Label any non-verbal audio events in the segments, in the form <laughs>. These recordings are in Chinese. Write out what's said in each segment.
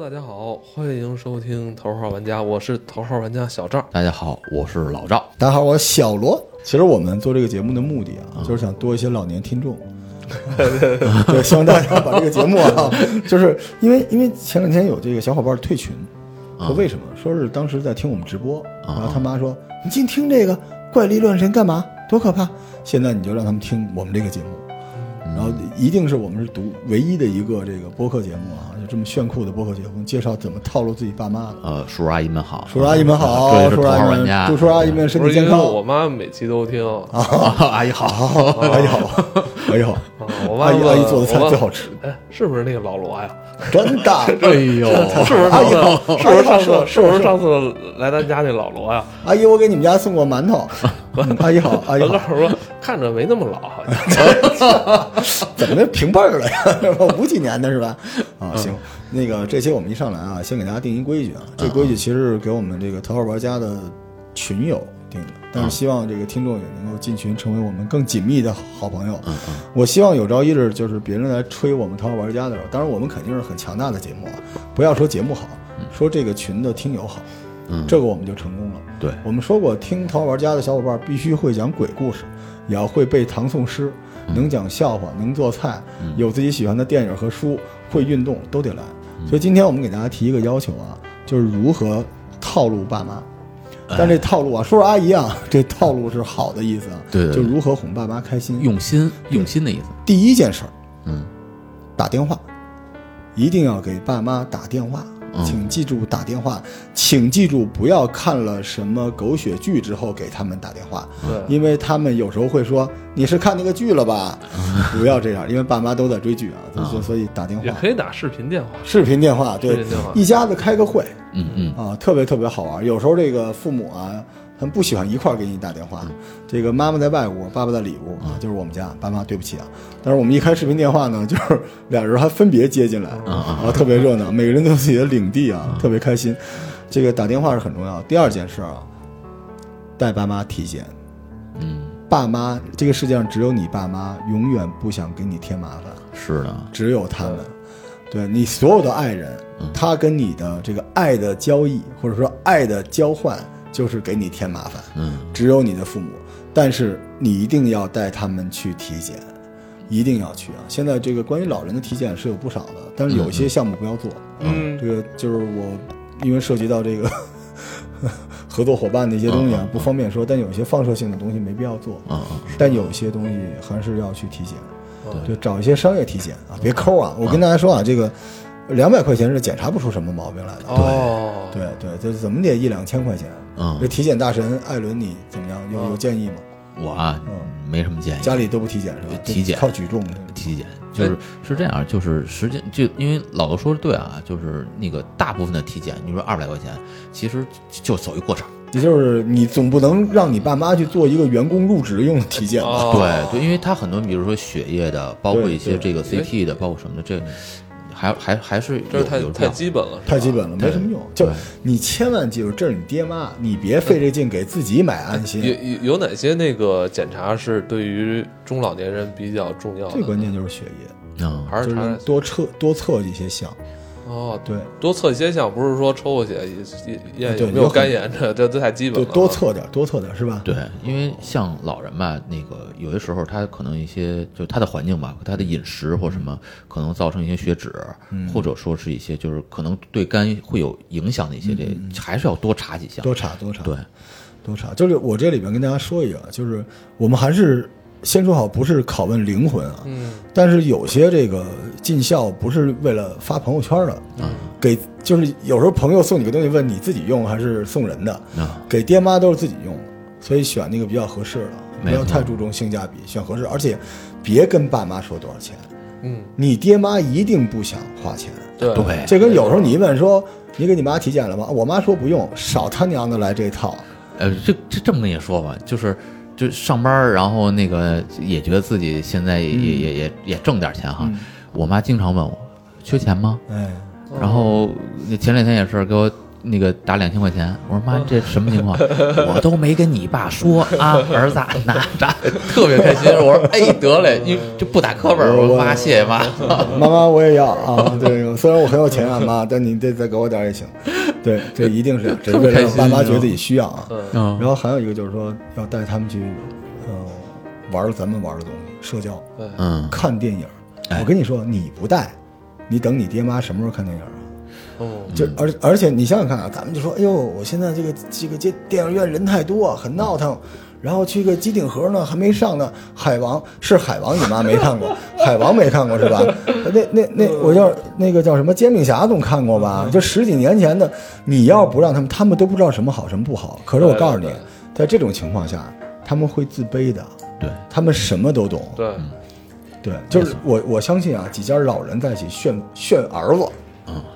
大家好，欢迎收听《头号玩家》，我是头号玩家小赵。大家好，我是老赵。大家好，我是小罗。其实我们做这个节目的目的啊，就是想多一些老年听 <laughs> 众。对，希望大家把这个节目 <laughs> 啊，就是因为因为前两天有这个小伙伴退群，说为什么？说是当时在听我们直播，然后他妈说你净听这个怪力乱神干嘛？多可怕！现在你就让他们听我们这个节目，然后一定是我们是独唯一的一个这个播客节目啊，就这么炫酷的播客节目，介绍怎么套路自己爸妈的。呃，叔叔阿姨们好，叔叔阿姨们好，这里是头叔叔号阿姨玩们，家，祝叔叔阿姨们身不体是因健为康。我妈每期都听，啊、啊， <laughs> 阿姨 <laughs> 好，阿 <laughs> 姨好，阿姨好，啊我妈哎阿姨问阿姨做的菜我妈最好吃，哎，是不是那个老罗呀？真的。哎 <laughs> 呦，哦是不是上次？是不是上是次？是是不是上次来咱家那老罗啊呀？阿姨，我给你们家送过 <laughs> 馒头。嗯阿姨好，阿我姨告好，诉说，看着没那么老，好像。怎么平辈儿了呀？五几年的是吧？啊，行，那个这期我们一上来啊，先给大家定一规矩啊，这规矩其实是给我们这个头号玩家的群友定的，但是希望这个听众也能够进群，成为我们更紧密的好朋友。我希望有朝一日，就是别人来吹我们头号玩家的时候，当然我们肯定是很强大的节目啊，不要说节目好，说这个群的听友好，这个我们就成功了。对，我们说过，听《桃玩家》的小伙伴必须会讲鬼故事，也要会背唐宋诗，嗯能讲笑话，能做菜，有自己喜欢的电影和书，会运动都得来。嗯所以今天我们给大家提一个要求啊，就是如何套路爸妈。哎但这套路啊，叔叔阿姨啊， <laughs> 这套路是好的意思啊，对对就对如何哄爸妈开心。用心用心的意思，第一件事儿，嗯，打电话，一定要给爸妈打电话。嗯请记住打电话，请记住不要看了什么狗血剧之后给他们打电话，对，因为他们有时候会说你是看那个剧了吧？ <laughs> 不要这样，因为爸妈都在追剧啊，所以所以打电也话，可以打视频电话。视频电话，视对频电话，一家子开个会嗯嗯，啊，特别特别好玩。有时候这个父母啊，他们不喜欢一块儿给你打电话，嗯这个妈妈在外屋，爸爸在里屋啊，就是我们家，爸妈对不起啊。但是我们一开视频电话呢， <laughs> 就是俩人还分别接进来嗯啊，特别热闹，每个人都有自己的领地啊，特别开心。这个打电话是很重要的。第二件事啊，带爸妈体检。嗯，爸妈，这个世界上只有你爸妈永远不想给你添麻烦，是的，只有他们。对你所有的爱人，他跟你的这个爱的交易或者说爱的交换，就是给你添麻烦。嗯，只有你的父母，但是你一定要带他们去体检，一定要去啊！现在这个关于老人的体检是有不少的，但是有一些项目不要做。嗯，这个就是我，因为涉及到这个 <laughs> 合作伙伴的一些东西啊，不方便说。但有一些放射性的东西没必要做，嗯嗯但有一些东西还是要去体检，对就找一些商业体检啊，别抠啊！我跟大家说啊，这个两百块钱是检查不出什么毛病来的。哦，对对，这怎么得一两千块钱？这嗯，体检大神艾伦，你怎么样？有有建议吗？我啊嗯没什么建议，家里哎都不体检是吧？体检靠举重的。体检就是是这样，就是时间就因为老头说的对啊，就是那个大部分的体检，你说二百块钱，其实就走一过场。也就是你总不能让你爸妈去做一个员工入职用的体检吧？哦对对，因为它很多，比如说血液的，包括对一些对这个 CT 的，包括什么的，这还还还是有这是太有太量基本了，太基本了，没什么用。就你千万记住，这是你爹妈，你别费这劲给自己买安有心。有有哪些那个检查是对于中老年人比较重要的？最关键就是血液，嗯还就是查是多测多测一些项。哦，对，多测一些项，不是说抽个血验验有哎对没有有可肝炎，这这这啊太基本就了。多测点，多测点是吧？对，因为像老人吧，那个有些时候他可能一些就他的环境吧，他的饮食或什么，嗯可能造成一些血脂，或者说是一些就是可能对肝会有影响的一些这，嗯还是要多查几项。多查多查。对，多查。就是我这里边跟大家说一个，就是我们还是先说好，不是拷问灵魂啊，嗯，但是有些这个尽孝不是为了发朋友圈的，嗯，给就是有时候朋友送你个东西，问你自己用还是送人的，啊，给爹妈都是自己用，所以选那个比较合适的，不没要错太注重性价比，选合适，而且别跟爸妈说多少钱，嗯，你爹妈一定不想花钱。对对这跟有时候你一问说你给你妈体检了吗？我妈说不用，少他娘的来这套。呃，这这这么跟你说吧，就是就上班儿，然后那个也觉得自己现在也、也也也也挣点钱哈。我妈经常问我缺钱吗？哎，然后前两天也是给我那个打两千块钱，我说妈，这什么情况？ <laughs> 我都没跟你爸说啊，儿子拿着，特别开心。我说哎，得嘞，你就不打磕巴儿。我说妈，谢谢妈。妈妈，我也要啊！对，虽然我很有钱啊，妈，但你得再给我点儿也行。对，这一定是这是为了让爸妈觉得自己需要啊。嗯然后还有一个就是说，要带他们去，呃，玩儿咱们玩儿的东西，社交，嗯，看电影。我跟你说，你不带，你等你爹妈什么时候看电影啊？哦，就而而且你想想看啊，咱们就说，哎呦，我现在这个这个街电影院人太多，很闹腾。然后去个机顶盒呢，还没上呢。海王是海王，你妈没看过？海王没看过是吧？那那那，嗯我叫那个叫什么煎饼侠总看过吧？就十几年前的，你要不让他们，他们都不知道什么好什么不好。可是我告诉你对对，在这种情况下，他们会自卑的，对，他们什么都懂。对，对，就是我我相信啊，几家老人在一起炫炫儿子。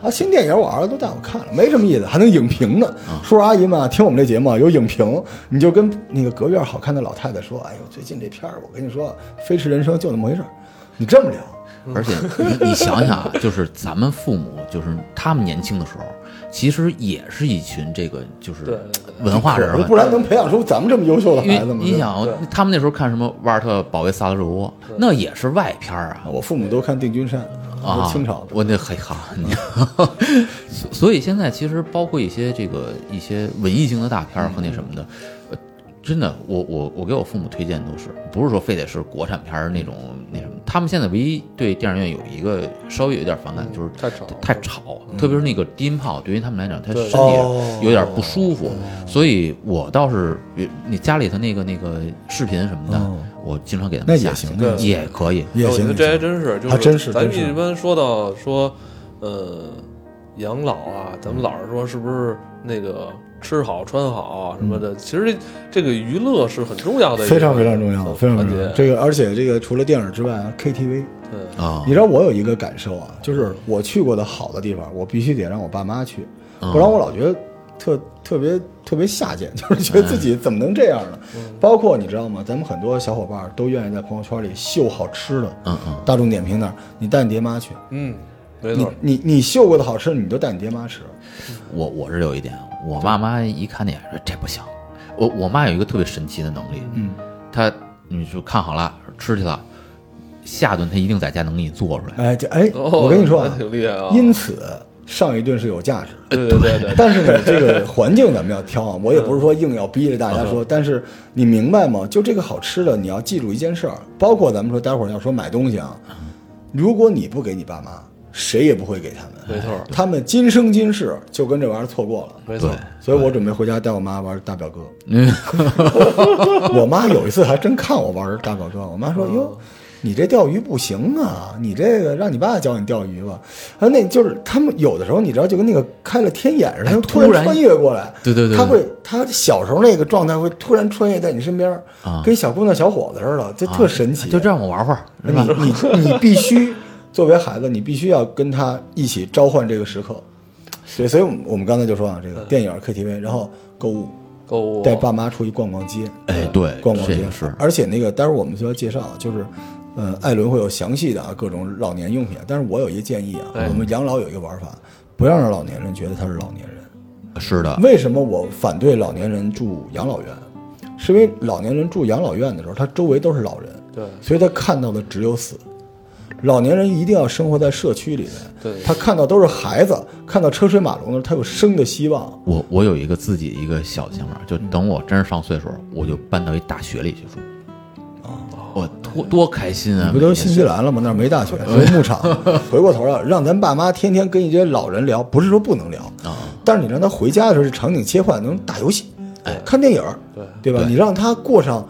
啊，新电影我儿子都带我看了，没什么意思，还能影评呢。叔叔阿姨们啊听我们这节目啊有影评，你就跟那个隔院好看的老太太说：“哎呦，最近这片儿，我跟你说，《飞驰人生》就那么回事儿。”你这么聊，而且你你想想啊，就是咱们父母，就是他们年轻的时候，其实也是一群这个就是对文化人我很不然能培养出咱们这么优秀的因为孩子吗？你想啊，他们那时候看什么《瓦尔特保卫萨拉热窝》，那也是外片儿啊啊，我父母都看《定军山》，啊，都清朝的。嗯我那很好，你 <laughs> 所所以现在其实包括一些这个一些文艺性的大片儿和那什么嗯的，呃，真的，我我我给我父母推荐都是，不是说非得是国产片儿那种那什么，他们现在唯一对电影院有一个稍微有点反感，嗯就是太吵了太吵，特别是那个低音炮，对于他们来讲，他对身哦体有点不舒服，所以我倒是，比你家里头那个那个视频什么的，哦我经常给他那们也下行啊对也可以，也我觉行得，这还真是，就还真是咱真们是一般说到说，呃，养老啊，咱们老是说是不是那个吃好穿好啊什么的，其实这个娱乐是很重要的一个环节，嗯非常非常重要，非常重要。对这个而且这个除了电影之外啊，KTV 啊你知道我有一个感受啊，就是我去过的好的地方，我必须得让我爸妈去，不然我老觉得特特别特别下贱， <laughs> 就是觉得自己怎么能这样呢？包括你知道吗？咱们很多小伙伴都愿意在朋友圈里秀好吃的，嗯嗯，大众点评那儿，你带你爹妈去，嗯，没你错，你你秀过的好吃，你就带你爹妈吃。我我是有一点，我爸妈一看电影说这不行。我我妈有一个特别神奇的能力，嗯，她你说看好了吃去了，下顿她一定在家能给你做出来。哎，这哎，哦我跟你说那啊，挺厉害啊，因此上一顿是有价值的。对对对对，但是呢，这个环境咱们要挑啊，我也不是说硬要逼着大嗯家说，但是你明白吗？就这个好吃的，你要记住一件事儿，包括咱们说待会儿要说买东西啊，如果你不给你爸妈，谁也不会给他们，没错他们今生今世就跟这玩意儿错过了。没错对，，所以我准备回家带我妈玩大 <laughs> 表哥。我妈有一次还真看我玩大表哥，我妈嗯说：“哟，你这钓鱼不行啊，你这个让你爸教你钓鱼吧。”啊，那就是他们有的时候你知道，就跟那个开了天眼似的，他们哎突突然然穿越过来。对对对对他会他小时候那个状态会突然穿越在你身边儿，啊跟小姑娘小伙子似的，这特神奇。啊就让我玩会儿，是吧？你你你必须作为孩子，你必须要跟他一起召唤这个时刻。对，所以我们我们刚才就说啊，这嗯个电影 KTV，然后购物，购物带爸妈出去逛逛街，哎，对，逛逛这街个是而且那个待会儿我们就要介绍，啊就是，呃，艾伦会有详细的啊各种老年用品。但是我有一个建议啊，哎我们养老有一个玩法，不要让老年人觉得他是老年人。是的，为什么我反对老年人住养老院？是因为老年人住养老院的时候，他周围都是老人，对所以他看到的只有死。老年人一定要生活在社区里面，对他看到都是孩子，看到车水马龙的时候，他有生的希望。我我有一个自己一个小想法，就等我真是上岁数，我就搬到一大学里去住。我多多开心啊！哦不都新西兰了吗？那儿没大 <laughs> 学，没牧场。回过头了，让咱爸妈天天跟一些老人聊，不是说不能聊，啊但是你让他回家的时候，这场景切换能打游戏，看电影儿，哎对对吧？对你让他过上，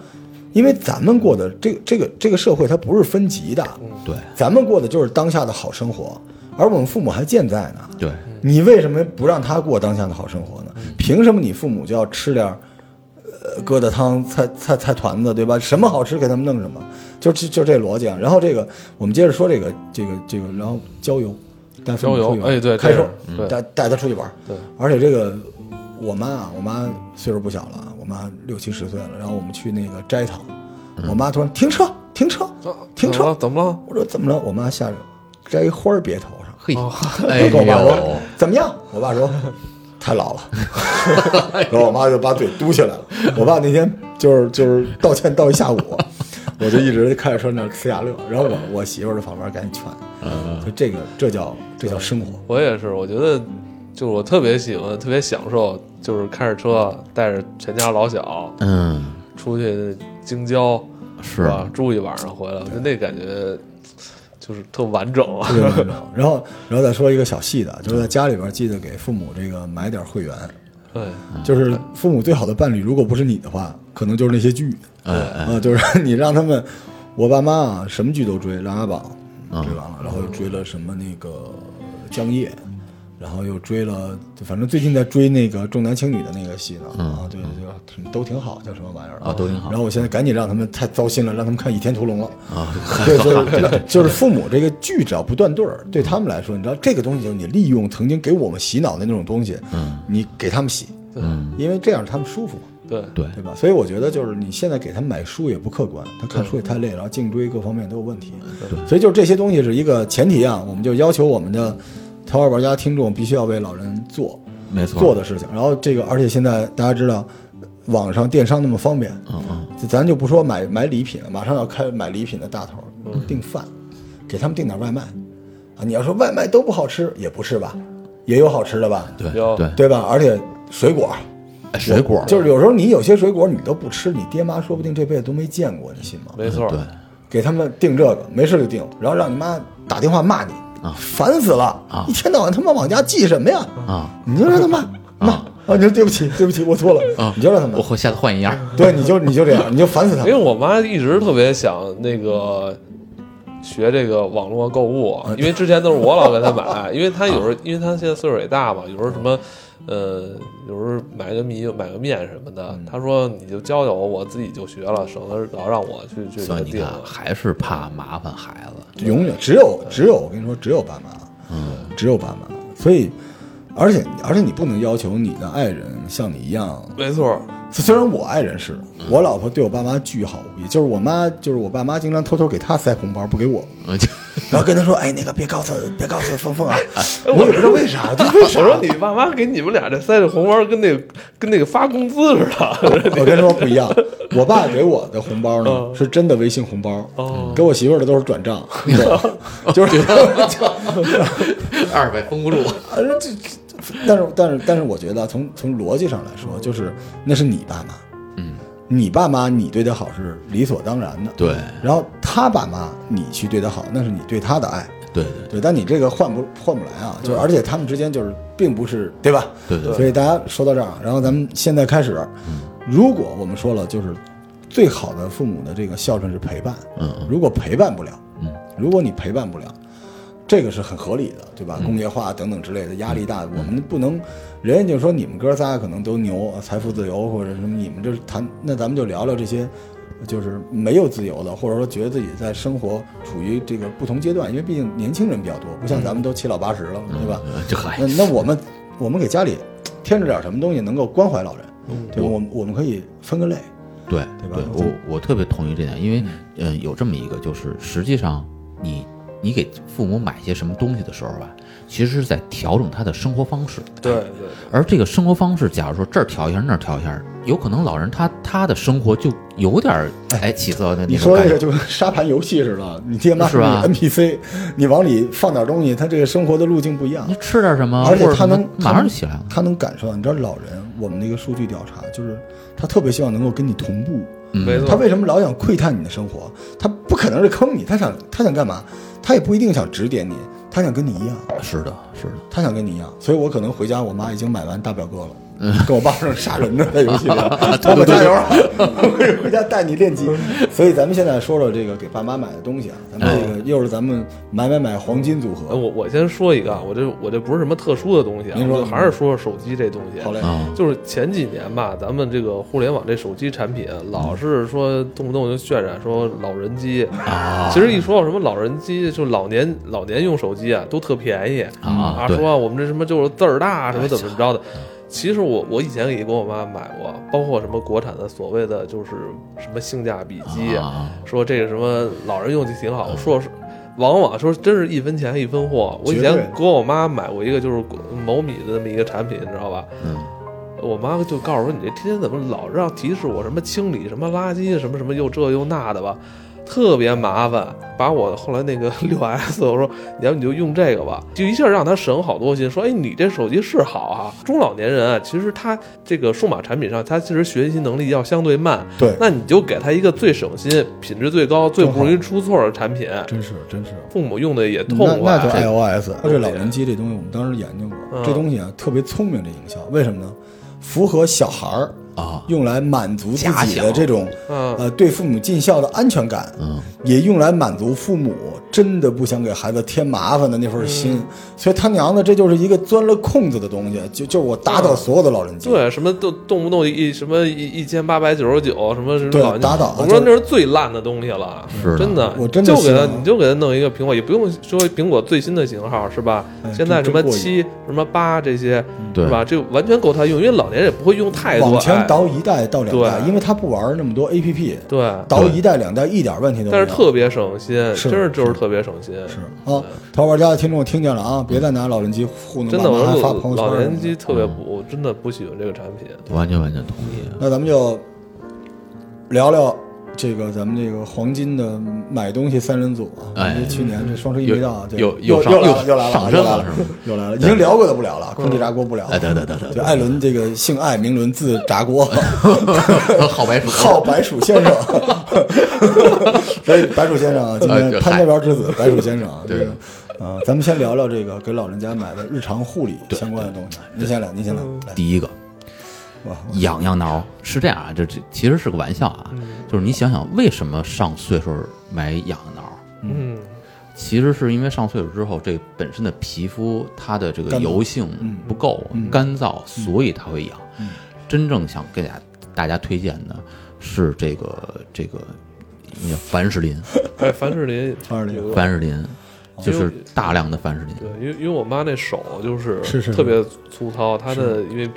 因为咱们过的这个这个这个社会，它不是分级的，嗯对咱们过的就是当下的好生活，而我们父母还健在呢。对，你为什么不让他过当下的好生活呢？凭什么你父母就要吃点儿，呃，疙瘩汤、菜菜菜团子，对吧？什么好吃给他们弄什么，就就就这逻辑啊。然后这个我们接着说这个这个这个，然后郊游，带父母郊游出去玩哎对开这车个，嗯带带他出去玩。对，而且这个我妈啊，我妈岁数不小了，我妈六七十岁了。然后我们去那个斋堂，我妈突然停车停车停嗯啊怎么了怎车，么了？我说怎么了？我妈下着摘一花儿别头上。嘿，我哎哦跟我爸呦说，怎么样？我爸说，太 <laughs> 老了。然后我妈就把嘴嘟起来了。我爸那天就是就是道歉道一下午，我就一直开着车那儿呲牙乐。然后我我媳妇儿在旁边赶紧劝，嗯就这个这叫这叫生活。我也是，我觉得就是我特别喜欢，特别享受，就是开着车啊带着全家老小嗯，出去京郊，是吧？住一晚上回来，我觉得那感觉就是特完整啊。 <laughs> 对对对然后，然后再说一个小细的，就是在家里边记得给父母这个买点会员，对，嗯就是父母最好的伴侣，如果不是你的话，可能就是那些剧，哎哎，啊，就是 <laughs> 你让他们，我爸妈啊，什么剧都追，《琅琊榜》嗯追完了，然后又追了什么那个江夜，然后又追了，就反正最近在追那个重男轻女的那个戏呢，啊，对对，就都挺好，叫什么玩意儿嗯啊都挺好然后我现在赶紧让他们太糟心了，让他们看《倚天屠龙》了啊， <laughs> 对，就是就是父母这个剧只要不断对儿，对他们来说，你知道这个东西就是你利用曾经给我们洗脑的那种东西，嗯，你给他们洗，嗯，因为这样他们舒服嘛。对，对，对吧？所以我觉得就是你现在给他买书也不客观，他看书也太累，然后颈椎各方面都有问题。所以就这些东西是一个前提啊，我们就要求我们的淘宝玩家听众必须要为老人做没错，做的事情。然后这个，而且现在大家知道，网上电商那么方便，嗯嗯，就咱就不说买买礼品了，马上要开买礼品的大头儿订饭，给他们订点外卖啊。你要说外卖都不好吃，也不是吧，也有好吃的吧，对有对，对吧？而且水果。哎水果就是有时候你有些水果你都不吃，你爹妈说不定这辈子都没见过，你信吗？没错，对，给他们订这个，没事就订，然后让你妈打电话骂你啊烦死了啊一天到晚他妈往家寄什么呀？啊你就让他妈妈啊，你说对不起，对不起，我错了，啊，你就让他我们，会下次换一样，对，你就你就这样，你就烦死 <laughs> 他因为。我妈一直特别想那个学这个网络购物，因为之前都是我老给她买，因为她有时候，因为她现在岁数也大嘛，有时候什么，呃，有时候买个米买个面什么嗯的，她说你就教教我，我自己就学了，省得老让我去去给所她以你定啊看了。还是怕麻烦孩子，永远只有只有我跟你说，只有爸妈，嗯，只有爸妈。所以，而且而且你不能要求你的爱人像你一样没错，虽然我爱人是我老婆对我爸妈巨好无比，就是我妈就是我爸妈经常偷偷给她塞红包不给我，嗯就然后跟她说，哎，那个别告诉别告诉峰峰啊，我也不知道为啥， <laughs> 就为 <laughs> 啥我说你爸妈给你们俩这塞这红包跟那个跟那个发工资似的。 <laughs> 我跟你说不一样，我爸给我的红包呢是真的微信红包，给我媳妇儿的都是转账， <laughs> 你懂吗 <laughs> 就是 <laughs> 二百封不住，啊，这这，但是但是但是，我觉得从从逻辑上来说，就是那是你爸妈，嗯，你爸妈你对他好是理所当然的， <laughs> 对然后他爸妈你去对他好，那是你对他的爱，对对对，但你这个换不换不来啊，就是而且他们之间就是并不是对吧？对对嗯所以大家说到这儿，然后咱们现在开始，如果我们说了，就是最好的父母的这个孝顺是陪伴，嗯嗯如果陪伴不了，嗯，如果你陪伴不了，这个是很合理的，对吧？工业化等等之类的压力大，我们不能，人家就说你们哥仨可能都牛，财富自由或者什么，你们这谈，那咱们就聊聊这些。就是没有自由的，或者说觉得自己在生活处于这个不同阶段，因为毕竟年轻人比较多，不像咱们都七老八十了，对吧？呃这还那那我们我们给家里添置点什么东西能够关怀老人，对吧？我们我们可以分个类，对对吧我我特别同意这点，因为嗯、呃有这么一个，就是实际上你你给父母买些什么东西的时候吧，其实是在调整他的生活方式， <laughs> 对对，而这个生活方式，假如说这儿调一下那儿调一下，有可能老人他他的生活就有点儿哎起色的你那种说感这个觉，就跟沙盘游戏似的，你爹妈是吧你 NPC，你往里放点东西，他这个生活的路径不一样你，吃点什么，而且或者他什么能马上就起来了，他能感受到。你知道老人，我们那个数据调查就是他特别希望能够跟你同步，没他错，为什么老想窥探你的生活？他不可能是坑你，他想他想干嘛？他也不一定想指点你，他想跟你一样。是的，是的，他想跟你一样，所以我可能回家，我妈已经买完大表哥了， <laughs> 跟我爸正杀人呢，在游戏里，爸爸加油啊， <laughs> 我回家带你练级。所以咱们现在说说这个给爸妈买的东西啊，咱们这个又是咱们买买买黄金组哎合，我我先说一个，啊，我这我这不是什么特殊的东西啊，您说我还是说说手机这东西。好嘞，啊、就是前几年吧，咱们这个互联网这手机产品，老是说动不动就渲染说老人机。啊，其实一说到什么老人机，就老年老年用手机啊，都特便宜嗯啊对啊说我们这什么就是字儿大，什么怎么着的。其实我我以前也给我妈买过，包括什么国产的所谓的就是什么性价比机，啊嗯说这个什么老人用就挺好。我说是，往往说真是一分钱一分货。我以前绝对给我妈买过一个，就是嗯某米的这么一个产品，你知道吧？嗯，我妈就告诉我，你这天天怎么老让提示我什么清理什么垃圾什么什么又这又那的吧，特别麻烦。把我后来那个 <laughs> 六 S，我说要不你就用这个吧，就一下让他省好多心。说哎，你这手机是好啊，中老年人啊，其实他这个数码产品上，他其实学习能力要相对慢，对，那你就给他一个最省心、品质最高、最不容易出错的产品，真是真是。父母用的也痛那嗯那叫快。啊 iOS，它这对老年机这东西，我们当时研究过，嗯这东西啊特别聪明，这营销为什么呢？符合小孩儿啊，用来满足自假己想的这种嗯呃对父母尽孝的安全感，嗯，也用来满足父母真的不想给孩子添麻烦的那份心，嗯所以他娘的这就是一个钻了空子的东西，就就是我打倒所有的老人机，嗯对，什么都动不动一什么一一千八百九十九，什么什么对老年打倒啊我说就那是最烂的东西了，是的真的。我真的就给希他，望你就给他弄一个苹果，也不用说苹果最新的型号是吧？哎现在真什么真过瘾七、什么八这些对是吧？这完全够他用，因为老年人也不会用太多。往前哎倒一代到两代，对因为他不玩那么多 APP，对，倒一代两代一点问题都没但有。是特别省心，是真是就是特别省心。是嗯啊，淘宝家的听众听见了啊，别再拿老人机糊弄真爸的，我妈，还说发朋友老圈老儿什年么的。嗯机特别不，我真的不喜欢这个产品。完全完全同 <laughs> 意。那咱们就聊聊这个咱们这个黄金的买东西三人组啊，哎因为去年这双十一有没到啊，这有又有上又来了又又来了上啊阵又来了是吗又来了，已经聊过的不聊了，空气炸锅不聊了哎，。得得得得对，艾伦这个姓艾，名伦，字炸锅，得，好白鼠，号白鼠先生。所以白鼠先生啊，今哎天对潘家园之子白鼠先生啊，这对个啊，咱们先聊聊这个给老人家买的日常护理相关的东西。啊您先来，您先来，来第一个哇，痒痒挠是这样啊，这这其实是个玩笑啊，就是你想想为什么上岁数买痒痒挠，嗯，其实是因为上岁数之后，这本身的皮肤它的这个干燥嗯油性不够、干燥，所以它会痒。真正想给大家大家推荐的是这个这个那叫凡士林，哎，凡士林，凡士林有个凡士林就是大量的凡士林。对，因为因为我妈那手就是是是特别粗糙，她的因为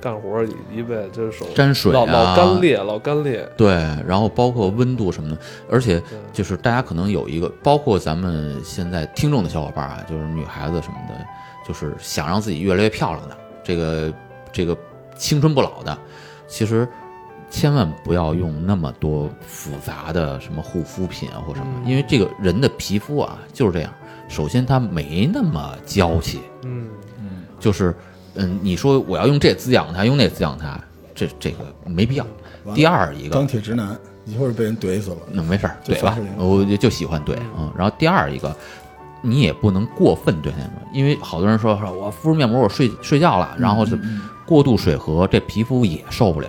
干活儿一辈子，这手沾水啊老老干裂，老干裂。对，然后包括温度什么的，而且就是大家可能有一个，包括咱们现在听众的小伙伴啊，就是女孩子什么的，就是想让自己越来越漂亮的，这个这个青春不老的，其实千万不要用那么多复杂的什么护肤品啊或什么，因为这个人的皮肤啊就是这样，首先它没那么娇气，嗯，就是，嗯，你说我要用这滋养它，用那滋养它，这这个没必要。第二一个，钢铁直男，一会儿被人怼死了。那嗯没事儿，就怼吧凡士林，我就就喜欢怼嗯。然后第二一个，你也不能过分对它们，因为好多人说说我敷面膜，我睡睡觉了，然后就嗯过度水合，这皮肤也受不了。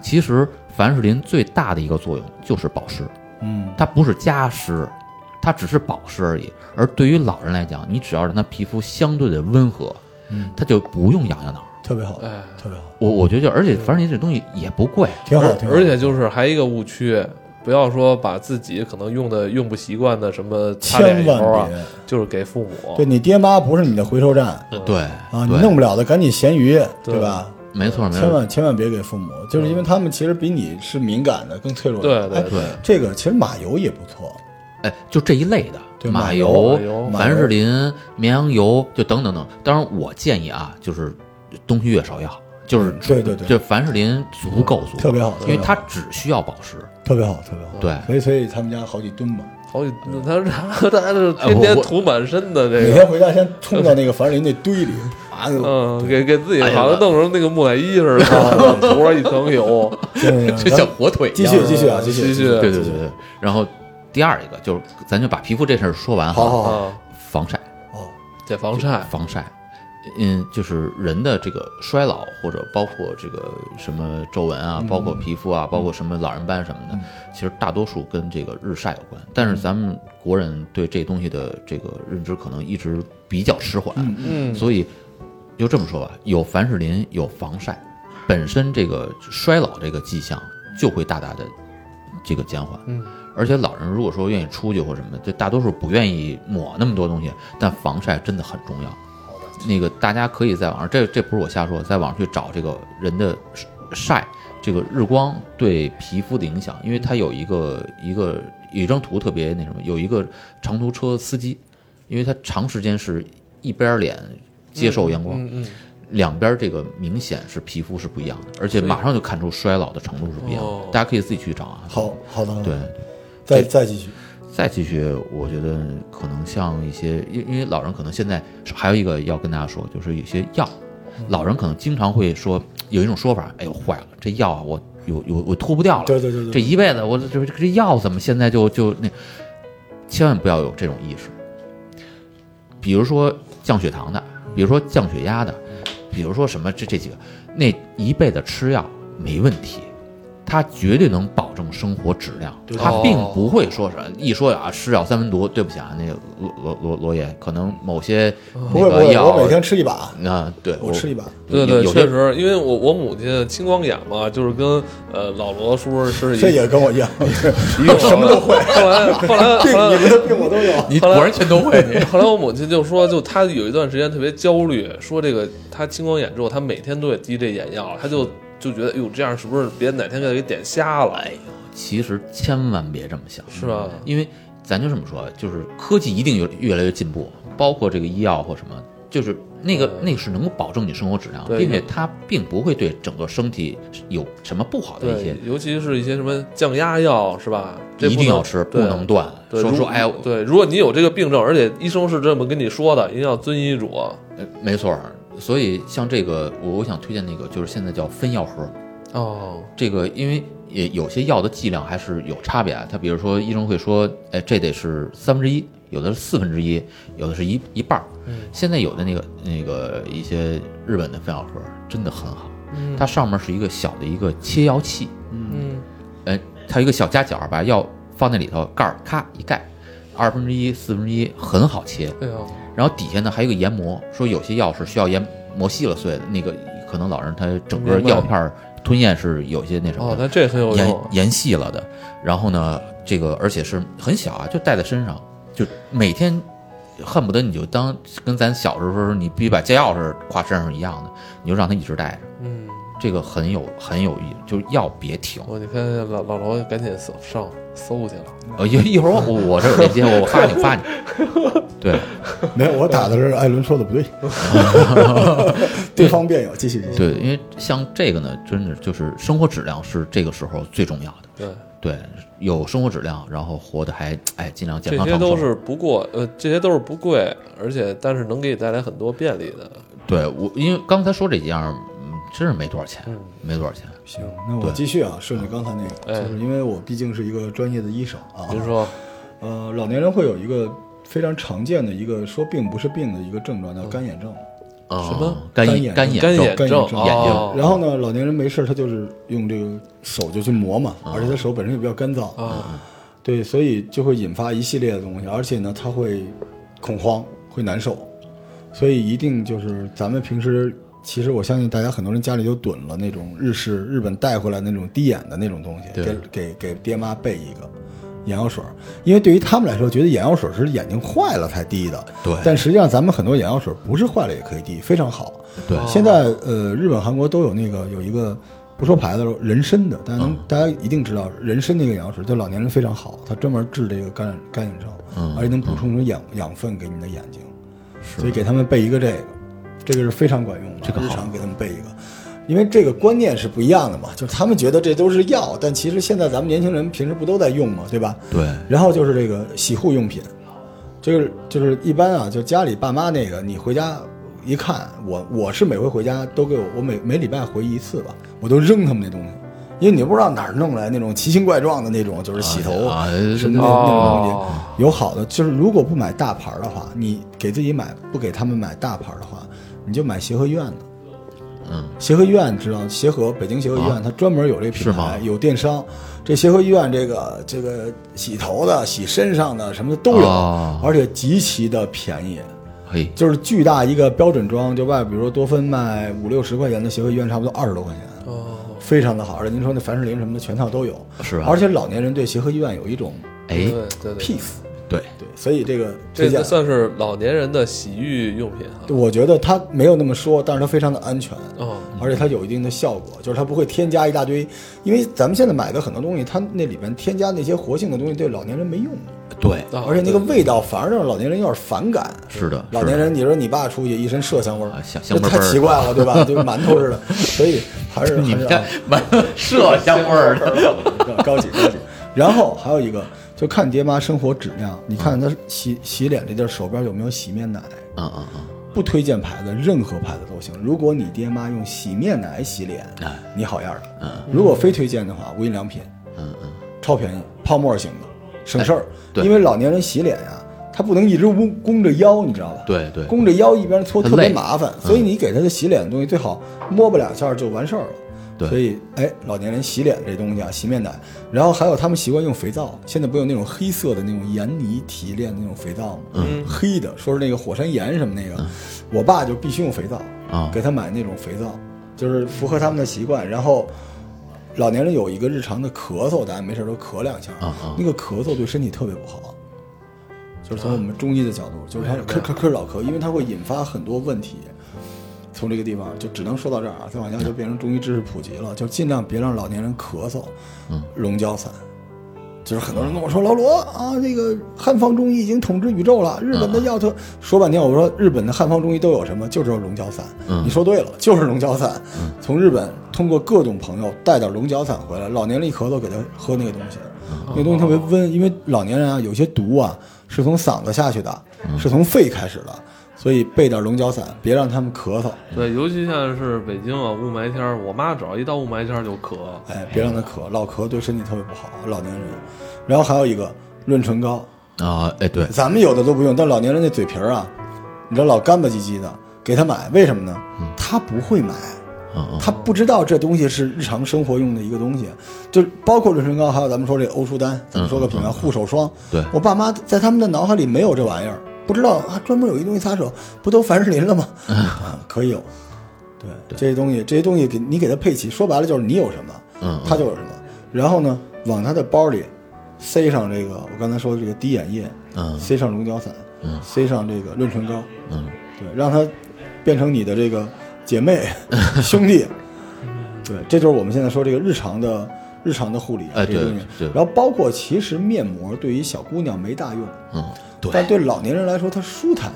其实凡士林最大的一个作用就是保湿，嗯，它不是加湿，它只是保湿而已。而对于老人来讲，你只要让他皮肤相对的温和，嗯他就不用痒痒挠。特别好，哎特别好，我我觉得就，而且凡士林这东西也不贵，挺好，而挺好。而且就是还一个误区。不要说把自己可能用的用不习惯的什么擦脸千油啊万，别，就是给父母。对你爹妈不是你的回收站对啊，你对弄不了的赶紧咸鱼，对吧？没错没千错，万千万别给父母，就是因为他们其实比你是敏感的，更脆弱的。对对哎对这个其实马油也不错，哎，就这一类对的马马油马油凡士林、绵羊油，就等等等。当然，我建议啊，就是东西越少越好，就是嗯对对对，就凡士林足够足，特别好，因嗯为特别它好只需要保湿。特别好，特别好。对，所以所以他们家好几吨嘛，好几，他他他是哎天我天我涂满身的每这个，天回家先冲到那个凡士林那堆里，啊啊，嗯，给给自己哎呀好像弄成那个木乃伊似哎的，涂上一层油。对就像火腿一继样。续继续啊，继继续对对对对。然后第二一个就是，咱就把皮肤这事儿说完哈好好好啊，防晒，哦，得防晒。防晒。嗯，就是人的这个衰老，或者包括这个什么皱纹啊，包嗯括皮肤啊，包括什么老人斑什么的，其实大多数跟这个日晒有关。嗯但是咱们国人对这东西的这个认知可能一直比较迟缓，嗯，所以就这么说吧，有凡士林，有防晒，本身这个衰老这个迹象就会大大的这个减缓。嗯，而且老人如果说愿意出去或什么的，就大多数不愿意抹那么多东西，但防晒真的很重要。那个大家可以在网上，这这不是我瞎说，在网上去找这个人的晒这个日光对皮肤的影响，因为它有一个一个有一张图特别那什么，有一个长途车司机，因为他长时间是一边脸接受阳光，嗯嗯，两边这个明显是皮肤是不一样的，而且马上就看出衰老的程度是不一样的。哦大家可以自己去找啊。好，好的，对，再再继续，再继续，我觉得可能像一些，因因为老人可能现在还有一个要跟大家说，就是有些药，老人可能经常会说有一种说法，哎呦坏了，这药啊我有有我脱不掉了，对对对对，这一辈子我这这这药怎么现在就就那，千万不要有这种意识。比如说降血糖的，比如说降血压的，比如说什么这这几个，那一辈子吃药没问题，它绝对能保证生活质量，它哦并不会说是一说啊吃药三分毒，对不起啊，那个罗罗罗罗爷，可能某些不那会不个会，药我每天吃一把，啊，对我吃一把，对有对，有确些实，因为我我母亲青光眼嘛，就是跟呃老罗叔叔是一这也跟我一样，一 <laughs> 个什么都会。后来后来病后你来们的病我都有，你果然全都会你。 <laughs> 后来我母亲就说，就她有一段时间特别焦虑，说这个她青光眼之后，她每天都得滴这眼药，她就就觉得，哟，这样是不是别哪天给点瞎了？哎其实千万别这么想，是啊吧因为咱就这么说，就是科技一定有越来越进步，包括这个医药或什么，就是那个、那个是能够保证你生活质量，对并且它并不会对整个身体有什么不好的一些对，，尤其是一些什么降压药，是吧？这一不定能要吃，不对能断。对说如说哎呀，对，如果你有这个病症，而且医生是这么跟你说的，一定要遵医嘱。呃没错儿。所以像这个，我我想推荐那个，就是现在叫分药盒，哦，这个因为也有些药的剂量还是有差别啊。它比如说医生会说，哎，这得是三分之一，有的是四分之一，有的是一一半儿。嗯现在有的那个那个一些日本的分药盒真的很好，它上面是一个小的一个切药器，嗯，呃，它有一个小夹角，把药放在里头，盖儿咔一盖，二分之一、四分之一很好切。哎呦，然后底下呢还有一个研磨，说有些药是需要研磨细了碎的，那个可能老人他整个明白药片儿吞咽是有些那什么哦，的。那这很有延用。延细了的。然后呢，这个而且是很小啊，就带在身上，就每天恨不得你就当跟咱小时候你必须把家钥匙挎身上一样的，你就让他一直带着。嗯，这个很有很有意，就是药别停。哦我你看老老罗赶紧搜上搜去了。呃，一一会儿我我我这有链接，我我发你我发你。对没有，我打的是艾伦说的不对， <laughs> 对方辩友，继续继续，对，因为像这个呢，真的就是生活质量是这个时候最重要的。对，对，有生活质量，然后活得还哎尽量健这康些长都寿。是不过呃，这些都是不贵，而且但是能给你带来很多便利的。对我，因为刚才说这几样，嗯，真是没多少钱，没多少钱。行，那我继续啊，顺着刚才那个，哎就是因为我毕竟是一个专业的医生啊，您说，呃，老年人会有一个非常常见的一个说病不是病的一个症状，叫干眼症。什么干干眼眼干症嗯干眼症？干眼症，症眼睛哦然后呢，老年人没事儿他就是用这个手就去磨嘛，嗯而且他手本身也比较干燥，啊，对，所以就会引发一系列的东西，而且呢，他会恐慌，会难受，所以一定就是咱们平时。其实我相信大家很多人家里都囤了那种日式日本带回来那种滴眼的那种东西，对给给给爹妈备一个眼药水儿，因为对于他们来说，觉得眼药水儿是眼睛坏了才滴的，对但实际上咱们很多眼药水儿不是坏了也可以滴，非常好。对现在呃，日本、韩国都有那个有一个不说牌子了，人参的，大嗯家能、大家一定知道，人参那个眼药水对老年人非常好，它专门治这个干眼干眼症，而且能补充一种养、养分给你的眼睛，所以给他们备一个这个，这个是非常管用的，这个日常给他们备一个。因为这个观念是不一样的嘛，就是他们觉得这都是药，但其实现在咱们年轻人平时不都在用嘛，对吧？对然后就是这个洗护用品，就是就是一般啊，就家里爸妈那个，你回家一看，我我是每回回家都给我，我每每礼拜回一次吧，我都扔他们那东西，因为你不知道哪儿弄来那种奇形怪状的那种，就是洗头啊什么那那种东西。哦，有好的，就是如果不买大牌儿的话，你给自己买，不给他们买大牌儿的话，你就买协和医院的。嗯，协和医院知道，协和北京协和医院它专门有这品啊是吗牌，有电商。这协和医院这个这个洗头的、洗身上的什么的都有，哦而且极其的便宜。嘿，就是巨大一个标准装，就外比如说多芬卖五六十块钱的协和医院，差不多二十多块钱。哦，非常的好，而且您说那凡士林什么的全套都有，是吧啊而且老年人对协和医院有一种哎，对对对， peace，对，对，所以这个这推荐这，算是老年人的洗浴用品哈。我觉得它没有那么说，但是它非常的安全。哦，而且它有一定的效果，就是它不会添加一大堆，因为咱们现在买的很多东西，它那里边添加那些活性的东西对老年人没用，对，啊而且那个味道反而让老年人有点反感。是的，老是的年人，你说你爸出去一身麝香味儿啊，香这香味儿太味儿奇怪了，对吧？就跟馒头似 <laughs> 的，所以还是你还是们啊家满麝香味儿的，高级高级。然后还有一个，就看爹妈生活质量，你看他洗洗脸这地儿手边有没有洗面奶，啊啊啊！不推荐牌子，任何牌子都行。如果你爹妈用洗面奶洗脸， <laughs> 你好样的。如果非推荐的话，无印良品，嗯嗯，超便宜，泡沫型的，省事儿。哎对因为老年人洗脸呀、他不能一直弓弓着腰，你知道吧？对对弓着腰一边搓很特别累嗯麻烦，所以你给他的洗脸的东西最好摸吧两下就完事儿了。对所以哎，老年人洗脸这东西啊，洗面奶，然后还有他们习惯用肥皂，现在不有那种黑色的那种盐泥提炼的那种肥皂吗？嗯，黑的，说是那个火山岩什么那个，嗯我爸就必须用肥皂啊给他买那种肥皂，就是符合他们的习惯，然后。老年人有一个日常的咳嗽，大家没事儿都咳两下，啊啊那个咳嗽对身体特别不好，就是从我们中医的角度，就是他咳咳咳老咳，因为它会引发很多问题。从这个地方就只能说到这儿啊，再往下就变成中医知识普及了，就尽量别让老年人咳嗽。嗯，龙角散，就是很多人跟我说老罗啊，那个汉方中医已经统治宇宙了，日本的药特、说半天，我说日本的汉方中医都有什么？就只有龙角散。你说对了，就是龙角散。从日本通过各种朋友带点龙角散回来，老年人一咳嗽给他喝那个东西，那个东西特别温，因为老年人啊有些毒啊是从嗓子下去的，是从肺开始的，所以备点龙角散，别让他们咳嗽。对，尤其现在是北京啊，雾霾天儿，我妈只要一到雾霾天儿就咳。哎，别让他咳，老咳对身体特别不好，老年人。然后还有一个润唇膏，啊，哎，对，咱们有的都不用，但老年人那嘴皮儿啊，你知道老干巴唧唧的，给他买，为什么呢？他不会买，嗯他不知道这东西是日常生活用的一个东西，就包括润唇膏，还有咱们说这欧舒嗯丹，咱们说个品牌护手霜。对我爸妈在他们的脑海里没有这玩意儿，不知道啊，专门有一东西擦手，不都凡士林了吗？嗯啊，可以有。对，这些东西，这些东西给你给他配齐，说白了就是你有什么，嗯他就有什么。然后呢，往他的包里塞上这个我刚才说的这个滴眼液，嗯塞上龙角散，嗯塞上这个润唇膏，嗯对，让它变成你的这个姐妹、 <laughs> 兄弟。对，这就是我们现在说这个日常的日常的护理啊，哎这些对东西对然后包括其实面膜对于小姑娘没大用，嗯，但对，对老年人来说它舒坦，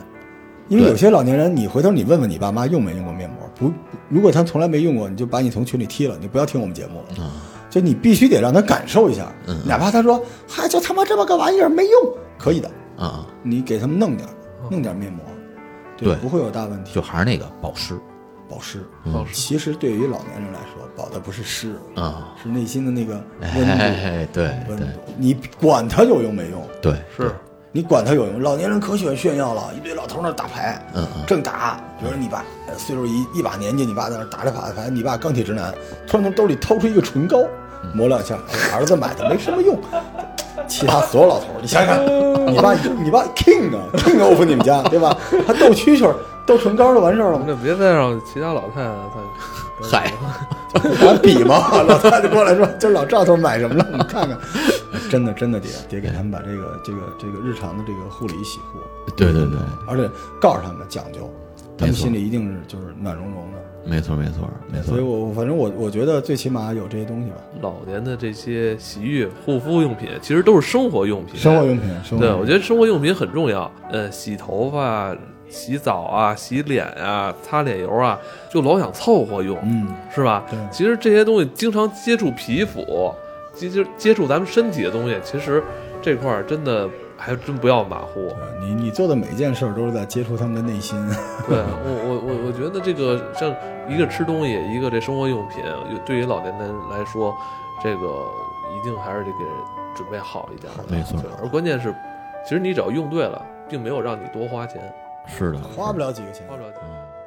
因为对有些老年人，你回头你问问你爸妈用没用过面膜，不，如果他从来没用过，你就把你从群里踢了，你不要听我们节目嗯了。就你必须得让他感受一下，哪怕他说嗨，就他妈这么个玩意儿没用，可以的，啊，你给他们弄点儿，哦弄点儿面膜，对不会有大问题。就还是那个保湿保湿，嗯保湿其实对于老年人来说，保的不是湿，啊，是内心的那个温度。哎，对温对度，你管它有用没用，对，是，你管它有用。老年人可喜欢炫耀了，一堆老头儿那儿打牌，嗯嗯正打，比如说你爸呃岁数一一把年纪，你爸在那儿打着打着牌，你爸钢铁直男，突然从兜里掏出一个唇膏，嗯抹两下，哎儿子买的没什么用。其他所有老头儿，你想想，你 <laughs> 爸你爸 king 啊 king of 你们家对吧？他斗蛐蛐儿、斗唇膏就完事儿了 <laughs> 吗那别再让其他老太太再嗨，咱比嘛， <laughs> 老太太过来说，今儿老赵头买什么了？你看 <laughs> 看，真的真的得得给他们把这个这个这个日常的这个护理洗护，对对对，而且告诉他们讲究，他们没错心里一定是就是暖融融的。没错没错没错所以，我我反正我我觉得最起码有这些东西吧，老年的这些洗浴、护肤用品，其实都是生活用品。生活用品，生活对，嗯用我品觉得生活用品很重要。呃，洗头发、洗澡啊、洗脸啊、擦脸油啊，就老想凑合用，嗯，是吧对？其实这些东西经常接触皮肤，接接接触咱们身体的东西，其实这块儿真的还真不要马虎。 <laughs> 对你你做的每一件事儿都是在接触他们的内心，对我我我我觉得这个像一个吃东西，一个这生活用品，有对于老年人来说，这个一定还是得给准备好一点儿的。没错 <laughs> 对，而关键是，其实你只要用对了，并没有让你多花钱，是的，花不了几个钱花。不了钱。嗯